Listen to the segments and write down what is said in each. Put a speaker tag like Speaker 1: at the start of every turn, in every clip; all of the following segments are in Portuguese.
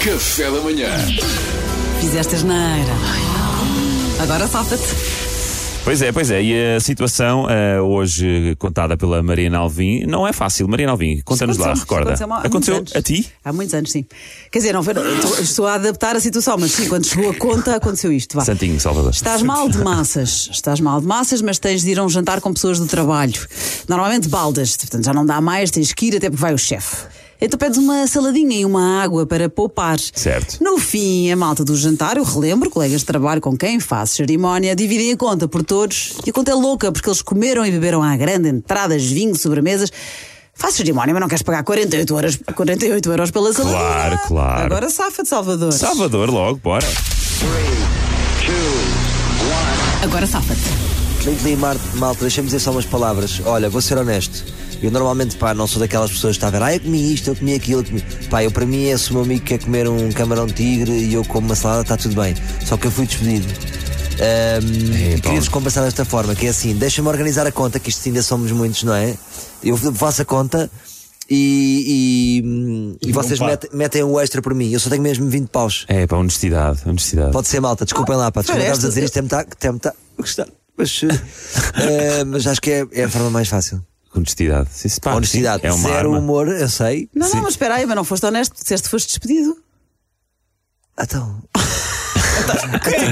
Speaker 1: Café da manhã.
Speaker 2: Fizeste asneira. Agora safa-te.
Speaker 3: Pois é, pois é. E a situação eh, hoje contada pela Mariana Alvim não é fácil. Mariana Alvim, conta-nos lá,
Speaker 2: Aconteceu-me,
Speaker 3: recorda.
Speaker 2: aconteceu-me há
Speaker 3: Aconteceu
Speaker 2: muitos
Speaker 3: a
Speaker 2: anos.
Speaker 3: ti?
Speaker 2: Há muitos anos, sim. Quer dizer, não foi, estou, estou a adaptar a situação, mas sim, quando chegou a conta, aconteceu isto. Vá.
Speaker 3: Santinho, Salvador.
Speaker 2: Estás mal de massas, estás mal de massas, mas tens de ir a um jantar com pessoas do trabalho. Normalmente baldas, portanto já não dá mais, tens que ir até porque vai o chefe. Então pedes uma saladinha e uma água para poupar.
Speaker 3: Certo.
Speaker 2: No fim, a malta do jantar, eu relembro, colegas de trabalho com quem faço cerimónia, dividem a conta por todos. E a conta é louca, porque eles comeram e beberam à grande, entradas, vinho, sobremesas. Faço cerimónia, mas não queres pagar 48 horas, 48 euros pela saladinha.
Speaker 3: Claro, claro.
Speaker 2: Agora safa de Salvador.
Speaker 3: Salvador, logo, bora.
Speaker 2: Agora safa-te.
Speaker 4: Clemente Limar, malta, deixa-me dizer só umas palavras. Olha, vou ser honesto. Eu normalmente, pá, não sou daquelas pessoas que está a ver, ah, eu comi isto, eu comi aquilo, eu comi. Pá, eu para mim é se o meu amigo quer comer um camarão tigre e eu como uma salada, está tudo bem. Só que eu fui despedido. Ahm,
Speaker 3: Ei, pá.
Speaker 4: queria-vos compensar desta forma, que é assim, deixa-me organizar a conta, que isto ainda somos muitos, não é? Eu faço a conta e, e, e vocês
Speaker 3: pago.
Speaker 4: metem, metem um extra por mim. Eu só tenho mesmo 20 paus.
Speaker 3: É, para honestidade, honestidade.
Speaker 4: Pode ser malta, desculpem lá, pá, desculpem
Speaker 2: parece-
Speaker 4: estar a dizer isto, até me está a é- gostar. Mas, eh, eh, mas acho que é, é a forma mais fácil.
Speaker 3: Honestidade. Sim, se pá,
Speaker 4: Honestidade,
Speaker 3: sim, É uma
Speaker 4: zero
Speaker 3: arma.
Speaker 4: humor, eu sei.
Speaker 2: Não, não, mas espera aí, mas não foste honesto, disseste que foste despedido.
Speaker 4: Então,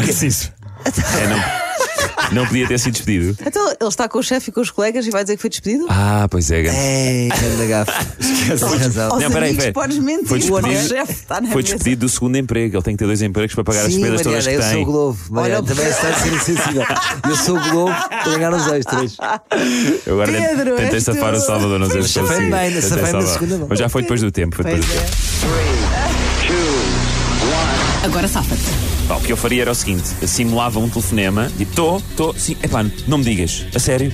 Speaker 3: que é isso? É, não, não podia ter sido despedido.
Speaker 2: Então ele está com o chefe e com os colegas e vai dizer que foi despedido?
Speaker 3: Ah, pois é, grande.
Speaker 4: é, grande gafo. Tens razão.
Speaker 2: Aos
Speaker 3: Não, peraí,
Speaker 2: amigos
Speaker 3: peraí.
Speaker 2: podes mentir,
Speaker 3: Foi
Speaker 2: o
Speaker 3: despedido-
Speaker 2: chefe está na
Speaker 3: Foi
Speaker 2: mesa.
Speaker 3: despedido do segundo emprego. Ele tem que ter dois empregos para pagar as
Speaker 4: Sim,
Speaker 3: despesas
Speaker 4: Mariana,
Speaker 3: todas que
Speaker 4: eu sou o
Speaker 3: tem.
Speaker 4: Globo. Mariana,
Speaker 2: Olha,
Speaker 4: também está a ser sensível. Eu sou o Globo para ganhar os extras.
Speaker 3: Eu agora
Speaker 2: Pedro,
Speaker 3: tentei
Speaker 2: és
Speaker 3: safar
Speaker 2: tu.
Speaker 3: o Salvador, não sei
Speaker 2: Mas
Speaker 3: se consegui.
Speaker 4: safei-me bem,
Speaker 3: Tentei
Speaker 4: safei-me na
Speaker 3: salvar.
Speaker 4: segunda mão.
Speaker 3: Mas já foi depois do tempo. Foi depois do
Speaker 2: Pois
Speaker 3: tempo.
Speaker 2: é. Agora safa-te.
Speaker 4: é.
Speaker 3: Pá, o que eu faria era o seguinte: eu simulava um telefonema e tô, tô, sim, epá, não me digas, a sério.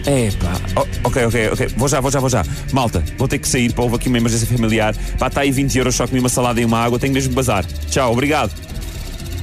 Speaker 3: Epá, oh, ok, ok, ok, vou já, vou já, vou já. Malta, vou ter que sair, pá, houve aqui uma emergência familiar. Pá, tá aí 20 euros, só comi uma salada e uma água, tenho mesmo de bazar. Tchau, obrigado.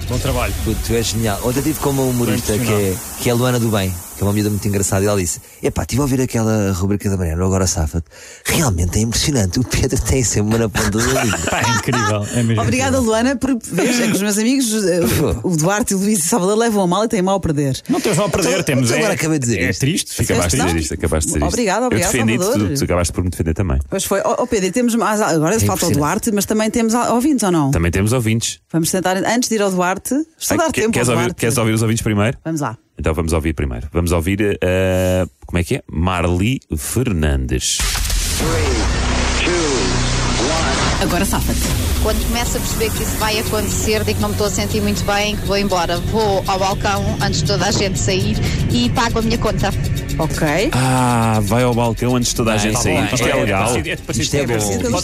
Speaker 5: Bom trabalho.
Speaker 4: Puto, tu és genial. Ontem tive com uma humorista que é, que é a Luana do Bem, que é uma miúda muito engraçada, e ela disse: Epá, estive a ouvir aquela rubrica da Mariana, o agora safa-te. Realmente é impressionante. O Pedro tem sempre uma na ponta da língua.
Speaker 5: Pá, é incrível. É mesmo
Speaker 2: Obrigada,
Speaker 5: incrível.
Speaker 2: Luana, por vês, é que os meus amigos, eh, o o Duarte e o Luís e o Salvador, levam a mal e têm mal a perder.
Speaker 5: Não temos mal a perder,
Speaker 4: Então-
Speaker 5: temos.
Speaker 4: então
Speaker 5: é,
Speaker 4: agora acabei de dizer
Speaker 5: É
Speaker 4: isto.
Speaker 5: triste. Fica
Speaker 3: Acabaste de
Speaker 2: não.
Speaker 3: dizer isto, acabaste de dizer isto.
Speaker 2: Obrigado, obrigado,
Speaker 3: Eu defendi-te,
Speaker 2: Salvador.
Speaker 3: tu, tu acabaste por me defender também.
Speaker 2: Pois foi. Oh, oh, Pedro, e temos mais. al- Agora falta o
Speaker 4: impressionante.
Speaker 2: Duarte, mas também temos al- ouvintes ou não?
Speaker 3: Também temos ouvintes.
Speaker 2: Vamos tentar, antes de ir ao Duarte, estou a
Speaker 3: Ai,
Speaker 2: dar
Speaker 3: que-
Speaker 2: tempo
Speaker 3: queres,
Speaker 2: ao
Speaker 3: ouvir,
Speaker 2: Duarte.
Speaker 3: queres ouvir os ouvintes primeiro?
Speaker 2: Vamos lá.
Speaker 3: Então vamos ouvir primeiro. Vamos ouvir, eh, como é que é? Marli Fernandes.
Speaker 2: Agora safa-te.
Speaker 6: Quando começo a perceber que isso vai acontecer, digo que não me estou a sentir muito bem, que vou embora. Vou ao balcão antes de toda a gente sair e pago a minha conta.
Speaker 2: Ok.
Speaker 3: Ah, vai ao balcão antes de toda a gente
Speaker 4: tá
Speaker 3: sair.
Speaker 5: então
Speaker 4: bom,
Speaker 3: Isto é, legal.
Speaker 4: Isto é bom.
Speaker 5: Podes
Speaker 4: Isto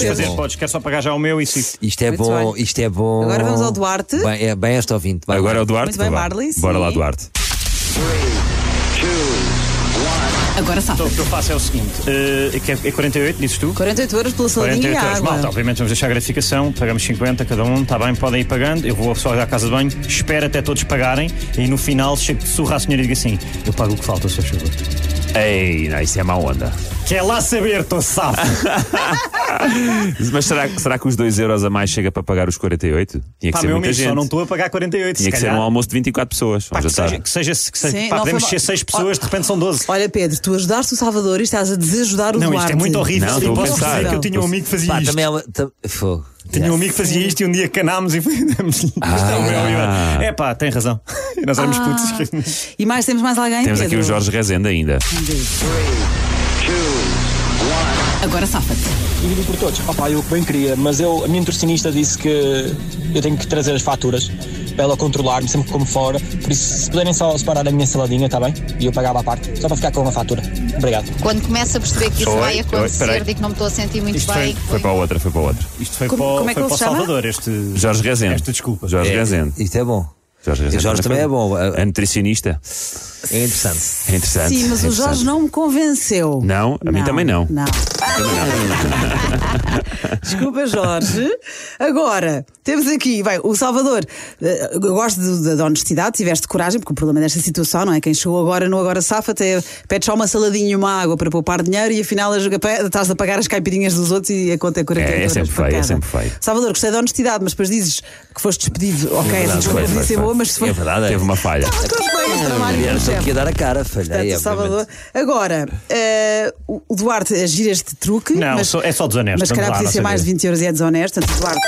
Speaker 4: é
Speaker 5: fazer,
Speaker 4: bom.
Speaker 5: podes. Quero só pagar já o meu e sim.
Speaker 4: Isto é
Speaker 2: Muito
Speaker 4: bom,
Speaker 2: bem.
Speaker 4: isto é bom.
Speaker 2: Agora vamos ao Duarte.
Speaker 4: Bem, é, bem este ouvinte. vai
Speaker 3: Agora é
Speaker 4: lá.
Speaker 3: o Duarte.
Speaker 2: Muito bem,
Speaker 3: Vá lá.
Speaker 2: Marli, sim.
Speaker 3: Bora lá, Duarte.
Speaker 2: Agora
Speaker 5: Então o
Speaker 2: safa-te.
Speaker 5: que eu faço é o seguinte: eh, que é, é 48, dizes tu?
Speaker 2: 48 euros pela saladinha e
Speaker 5: 48
Speaker 2: a
Speaker 5: euros.
Speaker 2: água.
Speaker 5: Malta, obviamente vamos deixar a gratificação, pagamos 50 cada um, está bem, podem ir pagando. Eu vou só à casa de banho, espero até todos pagarem e no final chego, surra a senhora e digo assim: eu pago o que falta, se faz favor.
Speaker 3: Ei, não, isso é má onda.
Speaker 5: Quer lá saber, estou safo.
Speaker 3: Mas será, que- será que os 2 euros a mais chega para pagar os 48? Tinha que
Speaker 5: Pá,
Speaker 3: ser
Speaker 5: meu
Speaker 3: é muita
Speaker 5: amigo, só
Speaker 3: gente.
Speaker 5: não estou a pagar 48.
Speaker 3: Tinha
Speaker 5: se
Speaker 3: que ser
Speaker 5: calhar.
Speaker 3: um almoço de 24 pessoas.
Speaker 5: Pá,
Speaker 3: um
Speaker 5: que,
Speaker 3: jantar.
Speaker 5: seja, que seja, que seja-
Speaker 2: Sim,
Speaker 5: pá,
Speaker 2: não
Speaker 5: podemos
Speaker 2: foi
Speaker 5: ser
Speaker 2: mal.
Speaker 5: 6 pessoas, de repente são 12.
Speaker 2: Olha, Pedro, tu ajudaste o Salvador e estás a desajudar o
Speaker 5: Não,
Speaker 2: Duarte.
Speaker 5: isto é muito horrível.
Speaker 3: Não, estou
Speaker 5: eu
Speaker 3: a
Speaker 5: posso
Speaker 3: pensar.
Speaker 5: dizer que eu tinha um amigo que fazia
Speaker 4: Pá,
Speaker 5: isto.
Speaker 4: também é uma. tam- Fogo.
Speaker 5: Tinha um amigo que fazia isto e um dia canámos e foi.
Speaker 3: Ah.
Speaker 5: É pá, tem razão. Nós éramos
Speaker 2: Ah.
Speaker 5: putos.
Speaker 2: E mais, temos mais alguém?
Speaker 3: Temos aqui
Speaker 2: Pedro?
Speaker 3: o Jorge Rezende ainda.
Speaker 2: Agora safa-te.
Speaker 7: dividido por todos. Opa, eu que bem queria, mas eu, a minha nutricionista disse que eu tenho que trazer as faturas para ela controlar-me sempre que como fora. Por isso, se puderem só separar a minha saladinha, está bem? E eu pagava à parte, só para ficar com a fatura. Obrigado.
Speaker 6: Quando começo a perceber que isso
Speaker 3: Oi,
Speaker 6: vai
Speaker 3: oi,
Speaker 6: acontecer,
Speaker 3: peraí.
Speaker 6: digo que não me estou a sentir muito
Speaker 5: Isto
Speaker 6: bem.
Speaker 3: Foi para a outra, foi para a outra.
Speaker 5: Isto foi
Speaker 2: Como-
Speaker 5: para, o-
Speaker 2: como é que
Speaker 5: foi
Speaker 2: ele
Speaker 5: para o
Speaker 2: se chama?
Speaker 5: Salvador, este.
Speaker 3: Jorge Rezende.
Speaker 5: Esta desculpa.
Speaker 3: Jorge Rezende.
Speaker 4: Isto é bom.
Speaker 3: Jorge
Speaker 4: E o Jorge também é bom.
Speaker 3: A nutricionista.
Speaker 4: É interessante.
Speaker 3: É interessante.
Speaker 2: Sim, mas
Speaker 3: é
Speaker 2: o Jorge
Speaker 3: interessante.
Speaker 2: não me convenceu.
Speaker 3: Não? A mim também não.
Speaker 2: Não. Desculpa, Jorge. Agora, temos aqui, vai, o Salvador. eh, Eu gosto de- de- da honestidade, tiveste coragem, porque o problema desta situação, não é? Quem chegou agora no Agora Safa, te, pede só uma saladinha e uma água para poupar dinheiro e afinal as- estás a pagar as caipirinhas dos outros e a conta é 40
Speaker 3: É, é sempre feio, é sempre feio. É
Speaker 2: Salvador, gostei da honestidade, mas depois dizes que foste despedido. Ok, essa desculpa
Speaker 3: Foi,
Speaker 2: podia
Speaker 3: foi,
Speaker 2: ser
Speaker 3: foi.
Speaker 2: boa, mas se foi.
Speaker 4: É verdade,
Speaker 3: Teve uma falha. É
Speaker 4: Estou aqui a dar a cara, falhei.
Speaker 2: Portanto,
Speaker 4: É, obviamente.
Speaker 2: Salvador. Agora, eh, o- o Duarte gira este truque.
Speaker 5: Não,
Speaker 2: mas,
Speaker 5: só- é só desonesto,
Speaker 2: Mas se
Speaker 5: vamos
Speaker 2: calhar
Speaker 5: lá,
Speaker 2: podia ser
Speaker 5: nossa
Speaker 2: mais de
Speaker 5: vida.
Speaker 2: 20 euros e é desonesto. Portanto, Duarte,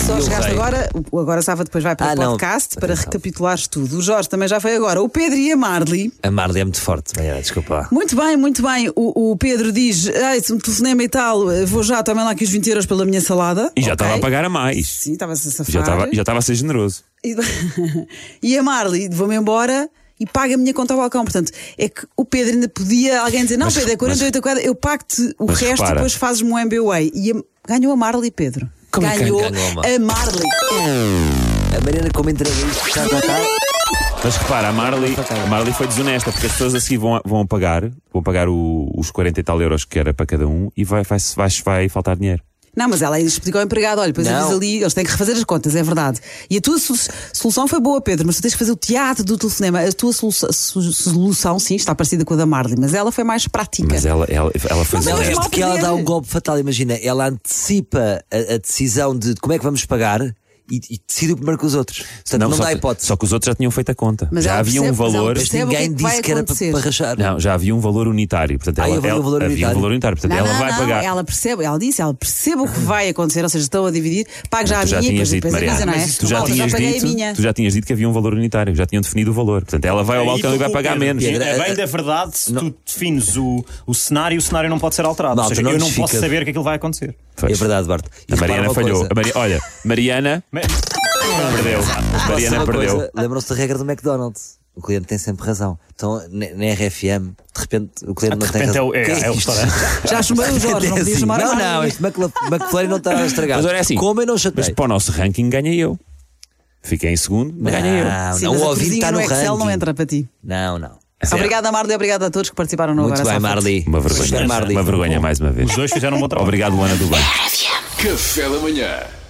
Speaker 2: se só chegaste agora, o Agora Sava depois vai para
Speaker 4: Ah,
Speaker 2: o
Speaker 4: não.
Speaker 2: podcast para
Speaker 4: Atenção.
Speaker 2: recapitulares tudo. O Jorge também já foi agora. O Pedro e a Marley.
Speaker 4: A Marley é muito forte, Mariana, desculpa. lá.
Speaker 2: Muito bem, muito bem. O, o Pedro diz: Ai, se me telefonema e tal, eh, vou já também lá aqui os 20 euros pela minha salada.
Speaker 3: E já
Speaker 2: Ok.
Speaker 3: estava a pagar a mais.
Speaker 2: Sim, estava-se a safar.
Speaker 3: Já estava já estava a ser generoso.
Speaker 2: E, e a Marley, vou-me embora e paga a minha conta ao balcão. Portanto, é que o Pedro ainda podia alguém dizer: Não,
Speaker 3: Mas-
Speaker 2: Pedro, é 48 a quadra, eu pago-te o
Speaker 3: Mas
Speaker 2: resto e
Speaker 3: repara.
Speaker 2: depois fazes-me um MBWay. E a- ganhou a Marley, Pedro.
Speaker 4: Como é que
Speaker 2: ganhou
Speaker 4: ganhou a Marley?
Speaker 2: a Marley.
Speaker 4: A Mariana, como tá, entrega isto, já está.
Speaker 3: Mas repara, a Marley, a Marley foi desonesta, porque as pessoas a seguir vão, vão pagar, vão pagar o- os 40 e tal euros que era para cada um e vai, vai, vai, vai faltar dinheiro.
Speaker 2: Não, mas ela aí explicou ao empregado: olha, depois
Speaker 4: Não.
Speaker 2: eles ali, eles têm que refazer as contas, é verdade. E a tua su- solução foi boa, Pedro, mas tu tens que fazer o teatro do telefonema. A tua solu- su- solução, sim, está parecida com a da Marley, mas ela foi mais prática.
Speaker 3: Mas ela, ela, ela foi
Speaker 2: Mas Mas
Speaker 4: Não, é
Speaker 3: desonesta.
Speaker 2: mal
Speaker 4: porque ela
Speaker 2: poder.
Speaker 4: dá um golpe fatal, imagina, ela antecipa a, a decisão de como é que vamos pagar e, e decide primeiro com os outros. Portanto, não,
Speaker 3: só,
Speaker 4: dá
Speaker 3: que-
Speaker 4: hipótese.
Speaker 3: só que os outros já tinham feito a conta.
Speaker 2: Mas
Speaker 3: já
Speaker 2: ela
Speaker 3: havia um
Speaker 2: percebe- mas ela
Speaker 3: valor.
Speaker 4: Mas
Speaker 2: percebe o que é
Speaker 4: ninguém
Speaker 2: que vai
Speaker 4: disse que era para,
Speaker 2: acontecer.
Speaker 4: para rachar.
Speaker 3: Não, já havia um valor unitário. Portanto,
Speaker 4: Ah,
Speaker 3: ela,
Speaker 4: havia um
Speaker 3: ela-
Speaker 4: valor
Speaker 3: havia
Speaker 4: unitário.
Speaker 3: um valor unitário. Portanto,
Speaker 2: Não,
Speaker 3: ela
Speaker 2: não,
Speaker 3: vai
Speaker 2: não,
Speaker 3: pagar.
Speaker 2: Ela percebe, ela disse, ela percebe o que vai acontecer, ou seja, estão a dividir, pague já a
Speaker 3: Tu já
Speaker 2: minha e
Speaker 3: tinhas
Speaker 2: depois
Speaker 3: dito,
Speaker 2: depois avisa,
Speaker 3: Mariana.
Speaker 2: não é?
Speaker 3: Tu já
Speaker 2: Malta,
Speaker 3: tinhas
Speaker 2: paguei a minha.
Speaker 3: dito, tu já tinhas dito que havia um valor unitário, já tinham definido é o valor. Portanto, ela vai ao
Speaker 5: Aí
Speaker 3: balcão e
Speaker 5: estou
Speaker 3: vai
Speaker 5: com o
Speaker 3: pagar
Speaker 5: Pedro.
Speaker 3: menos.
Speaker 5: Pedro,
Speaker 4: Pedro,
Speaker 5: é bem
Speaker 4: é-
Speaker 5: da verdade, se tu defines o, o cenário, o cenário não pode ser alterado.
Speaker 4: Não,
Speaker 5: Ou seja,
Speaker 4: tu não
Speaker 5: eu não posso
Speaker 4: justificas.
Speaker 5: saber que aquilo vai acontecer.
Speaker 4: É
Speaker 3: Pois.
Speaker 4: verdade, Bart. E
Speaker 3: A
Speaker 4: repara
Speaker 3: Mariana
Speaker 4: uma
Speaker 3: falhou.
Speaker 4: coisa.
Speaker 3: A Mari- Olha, Mariana
Speaker 5: Mas-
Speaker 3: perdeu. A Mariana
Speaker 4: Uma coisa,
Speaker 3: perdeu.
Speaker 4: Lembram-se da regra do McDonald's. O cliente tem sempre razão. Então, na na RFM, de repente, o cliente não
Speaker 5: De
Speaker 4: tem
Speaker 5: repente é
Speaker 4: razão.
Speaker 5: o, é,
Speaker 4: Que
Speaker 5: é o
Speaker 4: isto?
Speaker 5: restaurante.
Speaker 2: Já chumei o Jorge, não
Speaker 4: É
Speaker 2: podia
Speaker 4: assim.
Speaker 2: chamar a
Speaker 4: Não,
Speaker 2: Marley.
Speaker 4: não, este McLa- McFlurry não está estragado.
Speaker 3: Mas olha é assim.
Speaker 4: Comem, não
Speaker 3: Mas
Speaker 4: chatei.
Speaker 3: para o nosso ranking ganha eu. Fiquei em segundo, mas ganha eu.
Speaker 4: Não,
Speaker 2: Sim,
Speaker 4: Ah, não,
Speaker 2: mas
Speaker 4: o
Speaker 2: a
Speaker 4: ouvinte
Speaker 2: cruzinha
Speaker 3: tá
Speaker 4: está no
Speaker 2: no Excel
Speaker 4: ranking.
Speaker 2: não entra para ti.
Speaker 4: Não, não.
Speaker 2: Obrigada, Marley, obrigada a todos que participaram no
Speaker 4: Muito
Speaker 2: Agora
Speaker 4: bem,
Speaker 2: Safa.
Speaker 4: Marli.
Speaker 3: Uma
Speaker 4: Muito bem,
Speaker 3: vergonha.
Speaker 4: Marli.
Speaker 3: Uma vergonha mais uma vez.
Speaker 5: Os dois fizeram um bom trabalho.
Speaker 3: Obrigado, Ana do Banco.
Speaker 1: Café da Manhã